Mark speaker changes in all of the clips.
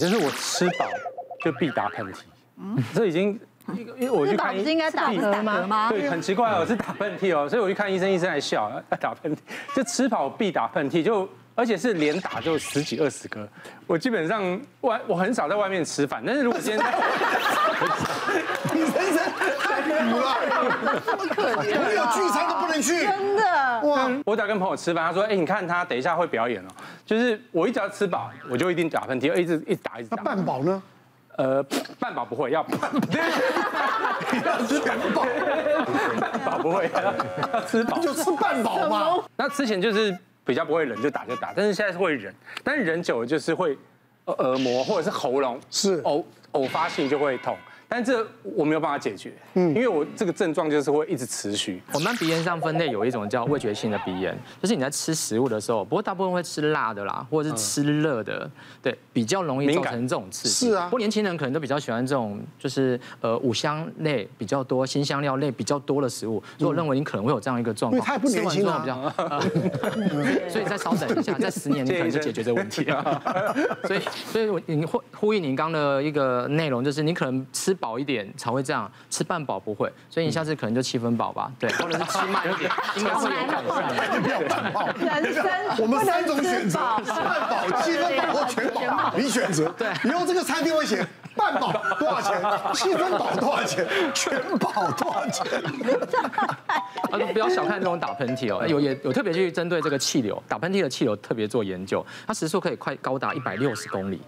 Speaker 1: 就是我嗯吃饱就必打喷嚏，这已经。因为我去看
Speaker 2: 不是应该打
Speaker 1: 必
Speaker 2: 嗝吗？
Speaker 1: 对，很奇怪哦，是打喷嚏哦，所以我去看医生，医生还笑，打喷嚏，就吃饱必打喷嚏，就而且是连打就十几二十个。我基本上外我很少在外面吃饭，但是如果今天 在
Speaker 3: 你人生太苦了，没有剧场都不能去。
Speaker 2: 真的，
Speaker 3: 哇，
Speaker 1: 我只要跟朋友吃饭，他说：“哎、你看他等一下会表演哦。”就是我一只要吃饱，我就一定打喷嚏，一直一直打一直
Speaker 3: 那
Speaker 1: 打。
Speaker 3: 半饱呢？
Speaker 1: 呃，半饱不会，要半要吃半饱，半饱不会，要要吃饱。
Speaker 3: 就吃半饱嘛。
Speaker 1: 那之前就是比较不会忍就打就打，但是现在是会忍，但是忍久了就是会呃耳膜或者是喉咙
Speaker 3: 是
Speaker 1: 偶偶发性就会痛，但这我没有办法解决，嗯，因为我这个症状就是会一直持续。
Speaker 4: 我们鼻炎上分类有一种叫味觉性的鼻炎，就是你在吃食物的时候，不过大部分会吃辣的啦，或者是吃热的，对，比较容易
Speaker 1: 嗯敏
Speaker 4: 造
Speaker 1: 感
Speaker 4: 成这种刺激。
Speaker 3: 是啊
Speaker 4: 不过年轻人可能都比较喜欢这种，就是呃五香类比较多、新香料类比较多的食物。如果认为你可能会有这样一个状
Speaker 3: 因为
Speaker 4: 况，
Speaker 3: 他也不年轻啊
Speaker 4: 吃完之后比较，呃所以再稍等一下，在十年你可能就解决这个问题了。 所以，所以我你呼呼吁您刚的一个内容，就是你可能吃饱一点才会这样，吃半饱不会，所以你下次可能就七分饱吧，对，或者是吃慢一 点，应该会有改善。
Speaker 3: 不要半饱。
Speaker 2: 人生
Speaker 3: 我们
Speaker 2: 不能
Speaker 3: 三种选择：
Speaker 2: 吃饱
Speaker 3: 半饱、七分饱或全饱，你选择。对，以后这个餐厅会写半饱多少钱，七分饱多少钱，全饱多少钱。
Speaker 4: 啊，不要小看这种打喷嚏哦，有也有特别去针对这个气流，打喷嚏的气流特别做研究，它时速可以快高达一百六十公里。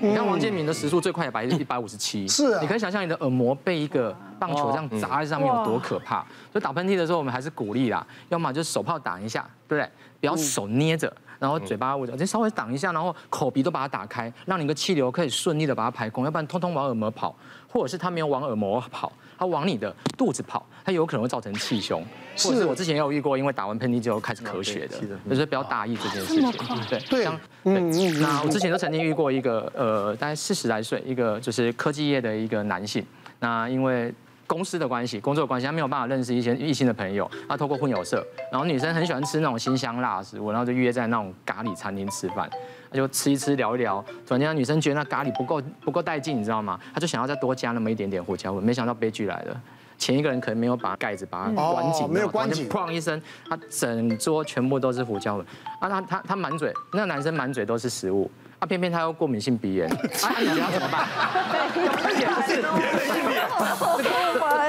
Speaker 4: 你看王建民的时速最快也百一百五十七，
Speaker 3: 是啊
Speaker 4: 你可以想象你的耳膜被一个棒球这样砸在上面有多可怕。所以打喷嚏的时候，我们还是鼓励啦，要么就手炮挡一下，对不对？不要手捏着，然后嘴巴捂着，就稍微挡一下，然后口鼻都把它打开，让你的气流可以顺利的把它排空，要不然通通往耳膜跑，或者是它没有往耳膜跑，它往你的肚子跑，它有可能会造成气胸，或者是我之前也有遇过，因为打完喷嚏之后开始咳血的，就是不要大意这件事情。对嗯
Speaker 3: 对
Speaker 4: 像对，那我之前都曾经遇过一个呃，大概四十来岁，一个就是科技业的一个男性，那因为。公司的关系，工作的关系，他没有办法认识一些异性的朋友，啊他透过混友社，然后女生很喜欢吃那种辛香辣的食物，然后就约在那种咖喱餐厅吃饭，他就吃一吃聊一聊，突然间女生觉得那咖喱不够不够带劲，你知道吗？他就想要再多加那么一点点胡椒粉，没想到悲剧来了。前一个人可能没有把盖子把它关紧，
Speaker 3: 哦没有关
Speaker 4: 然后
Speaker 3: 紧
Speaker 4: 就哐一声，他整桌全部都是胡椒粉。啊，他他他满嘴，那个男生满嘴都是食物，啊，偏偏他又过敏性 鼻炎，啊，你觉得他怎么办？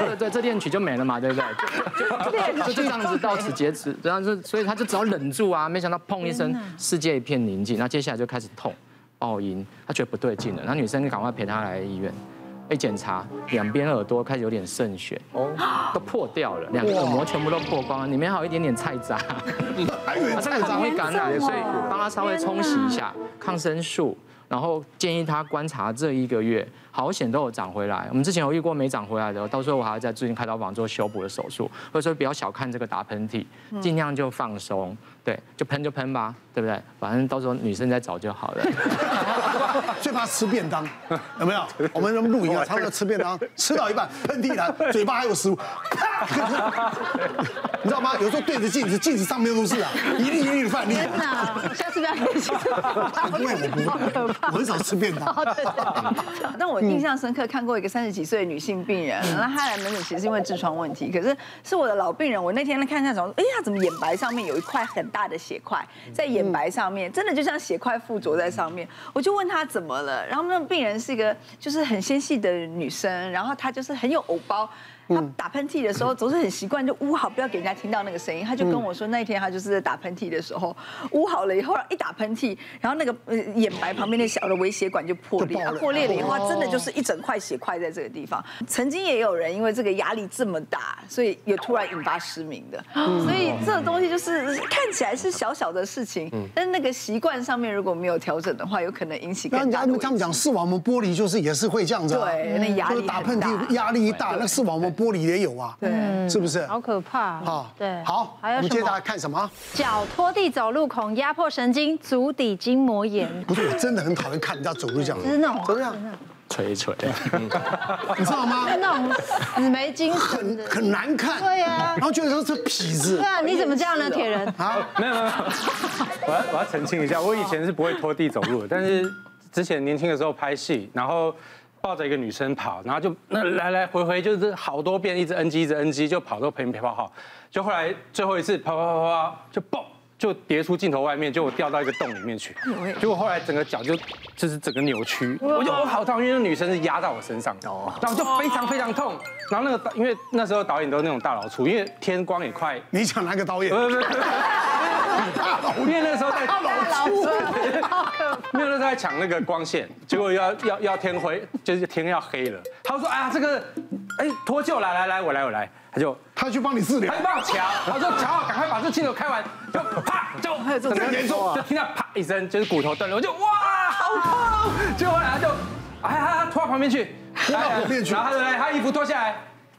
Speaker 4: 对对，这恋曲就没了嘛，对不对？就就就这样子到此截止，然后就所以他就只好忍住啊，没想到砰一声，世界一片宁静。那接下来就开始痛、爆音，他觉得不对劲了，那女生赶快陪他来医院。一检查，两边耳朵开始有点渗血，哦，都破掉了，两个耳膜全部都破光了，里面还有一点点菜渣。
Speaker 3: 还以为
Speaker 4: 啊，这个脏会感染，所以帮他稍微冲洗一下，抗生素，然后建议他观察这一个月，好险都有长回来。我们之前有遇过没长回来的，到时候我还要在最近开刀房做修补的手术，或者说不要小看这个打喷嚏，尽量就放松，对，就喷就喷吧，对不对？反正到时候女生再找就好了。
Speaker 3: 最怕吃便当，有没有？我们露营啊，差不多吃便当，吃到一半喷嚏了，嘴巴还有食物，咔你知道吗？有时候对着镜子，镜子上面都是啊，一粒一粒的饭粒。
Speaker 2: 天哪，下次不要一起吃
Speaker 3: 不会，我不会，我很少吃便当。
Speaker 2: 哦，对对。但我印象深刻，看过一个三十几岁的女性病人，那她来门诊其实是因为痔疮问题，可是是我的老病人。我那天看那种，哎呀，怎么眼白上面有一块很大的血块，在眼白上面，真的就像血块附着在上面。我就问她怎么了，然后那个病人是一个就是很纤细的女生，然后她就是很有偶包。
Speaker 3: 嗯
Speaker 2: 她打喷嚏的时候总是很习惯，就捂好，不要给人家听到那个声音。她就跟我说，那一天她就是在打喷嚏的时候捂好了以后，一打喷嚏，然后那个呃眼白旁边的小的微血管就破裂，
Speaker 3: 就爆了
Speaker 2: 啊破裂了以后，它真的就是一整块血块在这个地方。曾经也有人因为这个压力这么大，所以有突然引发失明的。
Speaker 3: 嗯
Speaker 2: 所以这个东西就是看起来是小小的事情，
Speaker 3: 嗯
Speaker 2: 但是那个习惯上面如果没有调整的话，有可能引起
Speaker 3: 那
Speaker 2: 更
Speaker 3: 人
Speaker 2: 大
Speaker 3: 家
Speaker 2: 的问
Speaker 3: 他们
Speaker 2: 题。
Speaker 3: 讲视网膜剥离，就是也是会这样子啊。
Speaker 2: 对那压力
Speaker 3: 就是打
Speaker 2: 很
Speaker 3: 喷
Speaker 2: 大
Speaker 3: 嚏，压力一大，那视网膜剥离也有啊。
Speaker 5: 嗯
Speaker 2: 对，
Speaker 3: 是不是？
Speaker 5: 好可怕。
Speaker 3: 好，
Speaker 5: 对，
Speaker 3: 好，
Speaker 5: 还
Speaker 3: 我
Speaker 5: 有
Speaker 3: 们
Speaker 5: 什
Speaker 3: 接着
Speaker 5: 么？
Speaker 3: 看什么？
Speaker 5: 脚拖地走路恐压迫神经，足底筋膜炎，
Speaker 3: 不是，我真的很讨厌看人家走路这样，
Speaker 5: 就是那种
Speaker 3: 怎么样？
Speaker 4: 捶一捶，
Speaker 3: 你知道吗？
Speaker 5: 就是那种死没精神
Speaker 3: 很
Speaker 5: 的。
Speaker 3: 很难看。
Speaker 5: 对啊
Speaker 3: 然后觉得说这痞子
Speaker 5: 对啊，你怎么这样呢，铁人？
Speaker 3: 啊，
Speaker 1: 没有没有，没有我要我要澄清一下，我以前是不会拖地走路的，但是之前年轻的时候拍戏，然后抱着一个女生跑，然后就那来来回回就是好多遍，一直 NG 一直 NG，就跑都陪你陪跑好，就后来最后一次跑跑跑跑就蹦。就跌出镜头外面，结果掉到一个洞里面去，结果后来整个脚就就是整个扭曲，我就我哦好痛，因为那女生是压到我身上，然后就非常非常痛。然后那个导因为那时候导演都是那种大老粗，因为天光也快
Speaker 3: 你想哪个导演
Speaker 1: 不？是不是，因为那时候在
Speaker 2: 老粗，
Speaker 1: 没有那时候在抢那个光线，结果要要要天灰，就是天要黑了。他说：“哎呀，这个，哎，脱臼来来来，我来我来。”他就
Speaker 3: 他去帮你治疗
Speaker 1: 他就。帮我瞧，他说：“瞧好，赶快把这镜头开完。”就啪，就还有这
Speaker 3: 这么严重啊
Speaker 1: 就听到啪一声，就是骨头断了，我就哇，好痛！结果后来他就，哎呀，他拖到旁边去，拖
Speaker 3: 到旁边去
Speaker 1: 然后他就来，他衣服脱下来，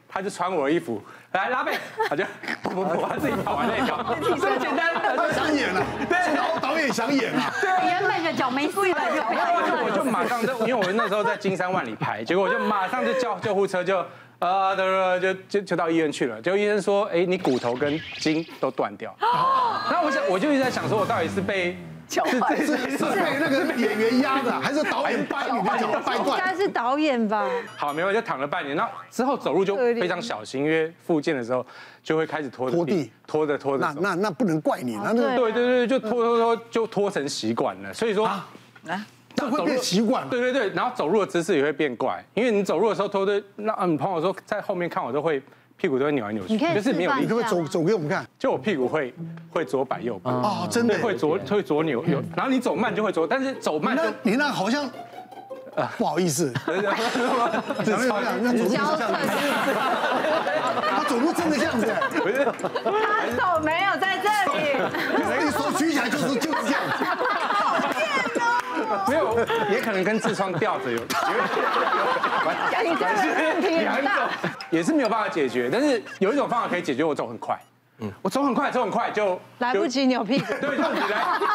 Speaker 1: 他就穿我的衣服。来拉背，他就不不不，他自己跑完那一条，这么简单，
Speaker 3: 他想演了，
Speaker 1: 对
Speaker 3: 导导演想演啊，
Speaker 5: 原本的脚没事了，就
Speaker 1: 然后我就马上就，因为我那时候在金山万里 拍，结果我就马上就叫救护车就。呃，对对对，就就就到医院去了。结果医生说，哎，你骨头跟筋都断掉。
Speaker 3: 哦
Speaker 1: 然后我想，我就一直在想，说我到底是被
Speaker 2: 脚踝
Speaker 1: 是
Speaker 3: 是被那个演员压的，还是导演掰你的脚掰
Speaker 5: 应该
Speaker 3: 断？
Speaker 5: 是导演吧？
Speaker 1: 好，没有，就躺了半年。然后之后走路就非常小心，因为复健的时候就会开始拖着
Speaker 3: 拖地
Speaker 1: 拖着拖着
Speaker 3: 那
Speaker 1: 走。
Speaker 3: 那那不能怪你，那那
Speaker 1: 对对
Speaker 5: 对
Speaker 1: 对，就拖拖拖，就拖成习惯了。所以说，
Speaker 2: 啊，
Speaker 3: 这会变习惯了。
Speaker 1: 对对对，然后走路的姿势也会变怪，因为你走路的时候拖对，那啊你朋友说在后面看我都会屁股都会扭来扭去，
Speaker 5: 你可以
Speaker 1: 就是没有
Speaker 5: 示范
Speaker 1: 力
Speaker 3: 你可不可以走走给我们看？
Speaker 1: 就我屁股会会左摆右摆，
Speaker 3: 哦，真的嗯
Speaker 1: 对，。会左会左扭右，然后你走慢就会左，但是走慢就
Speaker 3: 那你那好像不好意思，
Speaker 1: 啊
Speaker 3: 怎么样？那走路是这样子，他走路真的这样子，
Speaker 1: 不是
Speaker 5: 他手没有在这里，
Speaker 3: 一手举起来就是就是这样子。
Speaker 1: 没有，也可能跟痔疮吊着有有
Speaker 5: 你这人问题
Speaker 1: 两
Speaker 5: 很大
Speaker 1: 种。，也是没有办法解决，但是有一种方法可以解决，我走很快，嗯，我走很快走很快就
Speaker 5: 来不，及扭 屁股，
Speaker 1: 就对， 就你来来不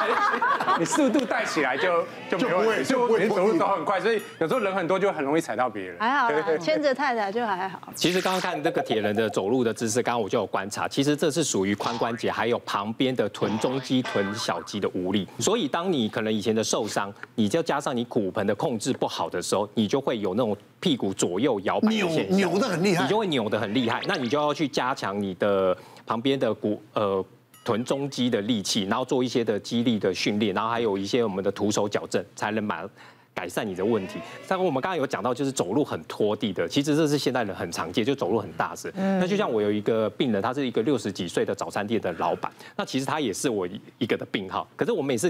Speaker 1: 及，你速度带起来就就没
Speaker 3: 就不
Speaker 1: 问
Speaker 3: 会
Speaker 1: 题，
Speaker 3: 就
Speaker 1: 就
Speaker 3: 不会
Speaker 1: 你走
Speaker 3: 拖
Speaker 1: 路
Speaker 3: 地
Speaker 1: 走很快，所以有时候人很多就很容易踩到别人，
Speaker 5: 还好
Speaker 1: 对
Speaker 5: 啦，牵着太太就还好。
Speaker 6: 其实刚刚看这个铁人的走路的姿势，刚刚我就有观察，其实这是属于髋关节还有旁边的臀中肌、臀小肌的无力。所以当你可能以前的受伤，你就加上你骨盆的控制不好的时候，你就会有那种屁股左右摇摆的
Speaker 3: 扭
Speaker 6: 现象，
Speaker 3: 扭得很厉害
Speaker 6: 你就会扭得很厉害。那你就要去加强你的旁边的骨呃。臀中肌的力气，然后做一些的肌力的训练，然后还有一些我们的徒手矫正，才能把改善你的问题。但我们刚刚有讲到，就是走路很拖地的，其实这是现代人很常见，就走路很大声。
Speaker 3: 嗯
Speaker 6: 那就像我有一个病人，他是一个六十几岁的早餐店的老板，那其实他也是我一个的病号，可是我每次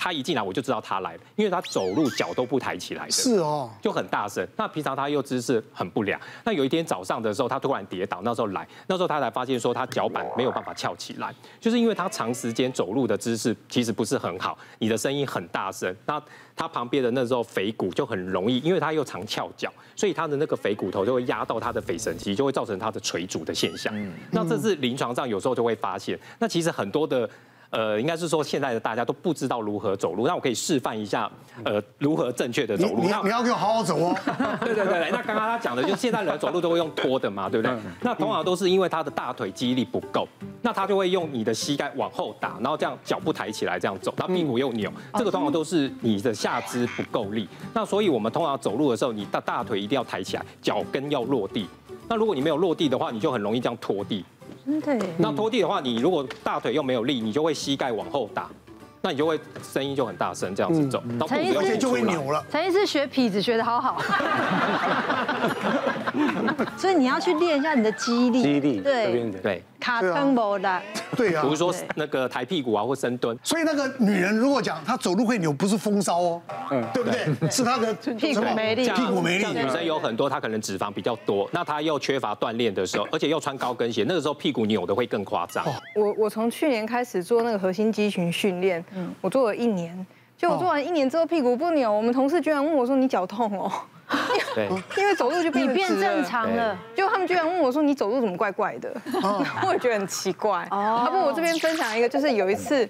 Speaker 6: 他一进来我就知道他来了，因为他走路脚都不抬起来的。
Speaker 3: 是哦，
Speaker 6: 就很大声。那平常他又姿势很不良。那有一天早上的时候，他突然跌倒，那时候来，那时候他才发现说他脚板没有办法翘起来，就是因为他长时间走路的姿势其实不是很好，你的声音很大声，那他旁边的那时候腓骨就很容易，因为他又常翘脚，所以他的那个腓骨头就会压到他的腓神肌，就会造成他的垂足的现象。
Speaker 3: 嗯
Speaker 6: 那这是临床上有时候就会发现。那其实很多的。呃，应该是说现在的大家都不知道如何走路，那我可以示范一下，呃，如何正确的
Speaker 3: 你
Speaker 6: 走路。
Speaker 3: 你
Speaker 6: 那
Speaker 3: 你要给我好好走哦。
Speaker 6: 对对对，对那刚刚他讲的，就是现在人走路都会用拖的嘛，对不对？那通常都是因为他的大腿肌力不够，那他就会用你的膝盖往后打，然后这样脚不抬起来这样走，那屁股又扭，这个通常都是你的下肢不够力。那所以我们通常走路的时候，你的大腿一定要抬起来，脚跟要落地。那如果你没有落地的话，你就很容易这样拖地，
Speaker 5: 真的耶，
Speaker 6: 那拖地的话，你如果大腿又没有力，你就会膝盖往后打，那你就会声音就很大声这样子走，到
Speaker 5: 陈医师
Speaker 6: 又
Speaker 3: 而且
Speaker 6: 吐
Speaker 3: 就会
Speaker 6: 出来
Speaker 3: 扭了。
Speaker 5: 陈医师学痞子学的好 好，所以你要去练一下你的肌力，
Speaker 1: 肌力这边
Speaker 5: 对，
Speaker 1: 的，
Speaker 6: 对，
Speaker 5: 卡
Speaker 3: 对啊
Speaker 5: 登不的，
Speaker 3: 对啊
Speaker 6: 比，如说
Speaker 5: 对
Speaker 6: 那个抬屁股啊或深蹲，
Speaker 3: 所以那个女人如果讲她走路会扭，不是风骚哦，对不对？是她的
Speaker 5: 屁股
Speaker 3: 什么
Speaker 5: 没力
Speaker 3: 屁股没
Speaker 6: 像女
Speaker 3: 力。
Speaker 6: 生有很多，她可能脂肪比较多，那她又缺乏锻炼的时候，而且又穿高跟鞋，那个时候屁股扭的会更夸张。
Speaker 7: 我我从去年开始做那个核心肌群训练，
Speaker 5: 嗯
Speaker 7: 我做了一年，就我
Speaker 5: 哦
Speaker 7: 做完一年之后屁股不扭，我们同事居然问我说你脚痛哦，
Speaker 6: 对，
Speaker 7: 因为走路就变
Speaker 5: 你
Speaker 7: 得
Speaker 5: 变
Speaker 7: 直了
Speaker 5: 正。常了。
Speaker 7: 就他们居然问我说：“你走路怎么怪怪的？” 我也觉得很奇怪。
Speaker 5: 哦
Speaker 7: 哦，要不我这边分享一个，就是有一次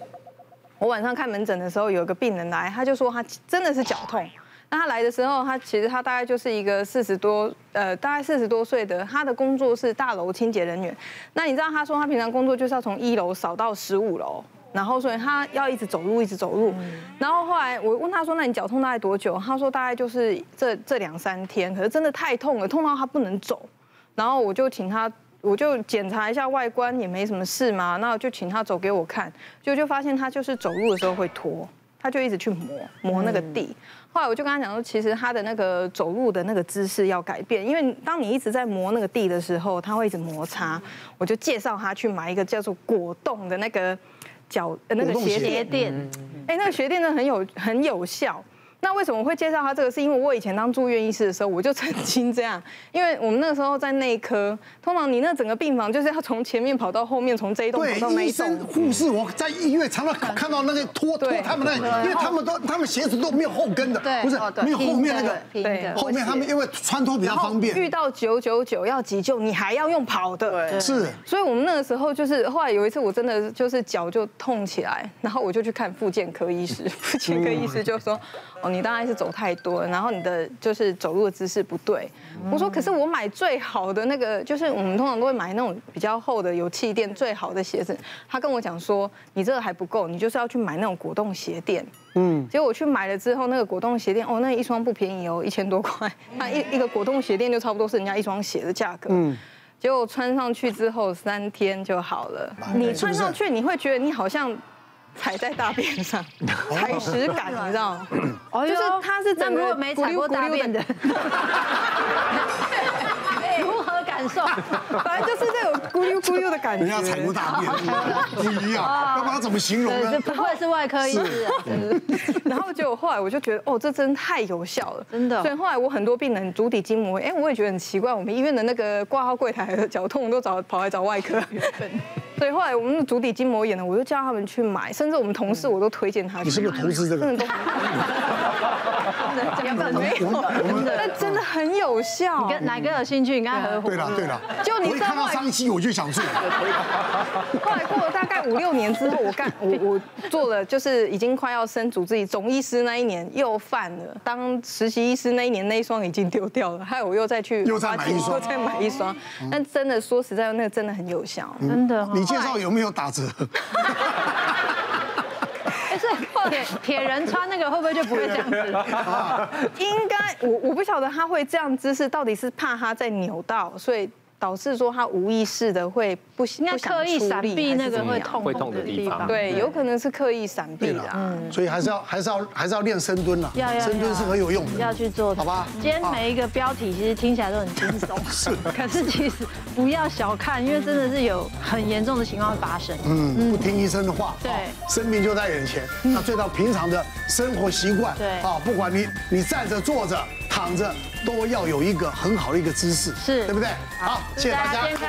Speaker 7: 我晚上看门诊的时候，有一个病人来，他就说他真的是脚痛。那他来的时候，他其实他大概就是一个四十多，呃，大概四十多岁的，他的工作是大楼清洁人员。那你知道他说他平常工作就是要从一楼扫到十五楼，然后所以他要一直走路，一直走路。然后后来我问他说：“那你脚痛大概多久？”他说：“大概就是这这两三天，可是真的太痛了，痛到他不能走。”然后我就请他，我就检查一下外观，也没什么事嘛，那我就请他走给我看，就就发现他就是走路的时候会拖，他就一直去磨磨那个
Speaker 3: 嗯
Speaker 7: 地。后来我就跟他讲说，其实他的那个走路的那个姿势要改变，因为当你一直在磨那个地的时候，他会一直摩
Speaker 3: 嗯
Speaker 7: 擦。我就介绍他去买一个叫做果冻的那个脚呃那
Speaker 3: 果
Speaker 7: 个
Speaker 3: 冻鞋嗯
Speaker 7: 鞋垫。
Speaker 5: 店
Speaker 7: 哎、那个学店真的很有很有效。那为什么会介绍他这个？是因为我以前当住院医师的时候，我就曾经这样。因为我们那时候在内科，通常你那整个病房就是要从前面跑到后面，从这一栋跑到那
Speaker 3: 对，医
Speaker 7: 一
Speaker 3: 生
Speaker 7: 栋。、
Speaker 3: 护士，我在医院常常
Speaker 5: 嗯
Speaker 3: 看到那个拖拖
Speaker 7: 对
Speaker 3: 他们那，因为他们都他们鞋子都没有后跟的，
Speaker 5: 对
Speaker 3: 不是
Speaker 5: 哦对
Speaker 3: 没有后面那个，
Speaker 5: 拼的拼的
Speaker 3: 后面他们因为穿脱比较
Speaker 7: 然后
Speaker 3: 方
Speaker 7: 遇
Speaker 3: 便，
Speaker 7: 到九九九要急救，你还要用跑的。
Speaker 2: 对
Speaker 3: 是
Speaker 7: 所以我们那个时候就是，后来有一次我真的就是脚就痛起来，然后我就去看复健科医师， 复健科医师就说，哦，你大概是走太多了，然后你的就是走路的姿势不对。我说，可是我买最好的那个，就是我们通常都会买那种比较厚的、有气垫最好的鞋子。他跟我讲说，你这个还不够，你就是要去买那种果冻鞋垫。
Speaker 3: 嗯
Speaker 7: 结果我去买了之后，那个果冻鞋垫，哦，那一双不便宜哦，一千多块，
Speaker 3: 嗯
Speaker 7: 那一一个果冻鞋垫就差不多是人家一双鞋的价格。嗯。结果穿上去之后三天就好了。你穿上去你会觉得你好像踩在大 便上，踩屎感，你知道吗？
Speaker 5: 哦
Speaker 7: 就是它是
Speaker 5: 那
Speaker 7: 整
Speaker 5: 如
Speaker 7: 个
Speaker 5: 果没踩过大便的，如何感受？
Speaker 7: 反正就是这种咕溜咕溜的感觉。
Speaker 3: 人家踩过大便，不一 样，要不然怎么形容
Speaker 5: 啊
Speaker 3: 啊
Speaker 5: 对，
Speaker 3: 呢
Speaker 5: 这？不愧是外科医师啊，真的
Speaker 7: 然后结果后来我就觉得，哦，这真太有效了，
Speaker 5: 真的
Speaker 7: 所以后来我很多病人足底筋膜炎，哎，我也觉得很奇怪，我们医院的那个挂号柜台的脚痛都找跑来找外科。所以后来我们的足底筋膜炎呢，我就叫他们去买，甚至我们同
Speaker 5: 嗯
Speaker 7: 事我都推荐他去买。
Speaker 3: 你是不是投资这个
Speaker 7: 真的都很。真的没有，那真的很有效。
Speaker 5: 跟哪个有兴趣，你跟他合伙
Speaker 3: 对。了对了，
Speaker 7: 就你
Speaker 3: 我一看到
Speaker 7: 在外
Speaker 3: 上期我就想做，
Speaker 7: 后来过了大概五六年之后，我干我我做了，就是已经快要升主治医总医师那一年又犯了，当实习医师那一年那一双已经丢掉了，害我又再去
Speaker 3: 又再买一双哦
Speaker 7: 又再买一双。但真的说实在，那个真的很有效。
Speaker 3: 嗯
Speaker 5: 真的哦，
Speaker 3: 你介绍有没有打折？
Speaker 5: 哎，所以铁铁人穿那个会不会就不会这样子？
Speaker 7: 应该我我不晓得他会这样姿势，到底是怕他在扭到，所以导致说他无意识的会不
Speaker 5: 应该
Speaker 7: 不想
Speaker 5: 刻意
Speaker 7: 出力
Speaker 5: 闪避
Speaker 7: 还是
Speaker 5: 那个
Speaker 7: 怎么
Speaker 5: 会
Speaker 7: 样
Speaker 5: 痛
Speaker 6: 会痛
Speaker 5: 的
Speaker 6: 的
Speaker 5: 地
Speaker 6: 地
Speaker 5: 方。
Speaker 6: 方
Speaker 7: 对，有可能是刻意闪避的啊、
Speaker 3: 所以还是要还是要还是要练深蹲啦
Speaker 5: 嗯要要，要
Speaker 3: 深蹲是很有用的，
Speaker 5: 要去做的。
Speaker 3: 好吧？
Speaker 5: 今天
Speaker 3: 啊
Speaker 5: 每一个标题其实听起来都很轻松，是，可是其实不要小看，因为真的是有很严重的情况发生。
Speaker 3: 嗯，不听医生的话，
Speaker 5: 对嗯
Speaker 3: 啊生命就在眼前。那最到平常的生活习惯，
Speaker 5: 对
Speaker 3: 啊，不管你你站着、坐着、躺着，都要有一个很好的一个姿势，
Speaker 5: 是
Speaker 3: 对不对？好，谢谢大家
Speaker 5: 健。康。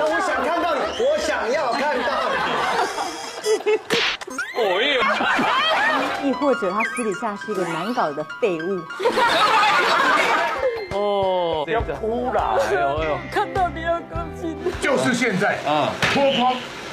Speaker 3: 我想看到你，我想要看到你。
Speaker 8: 亦或者他私底下是一个难搞的废物。
Speaker 9: 就是现在啊，脱光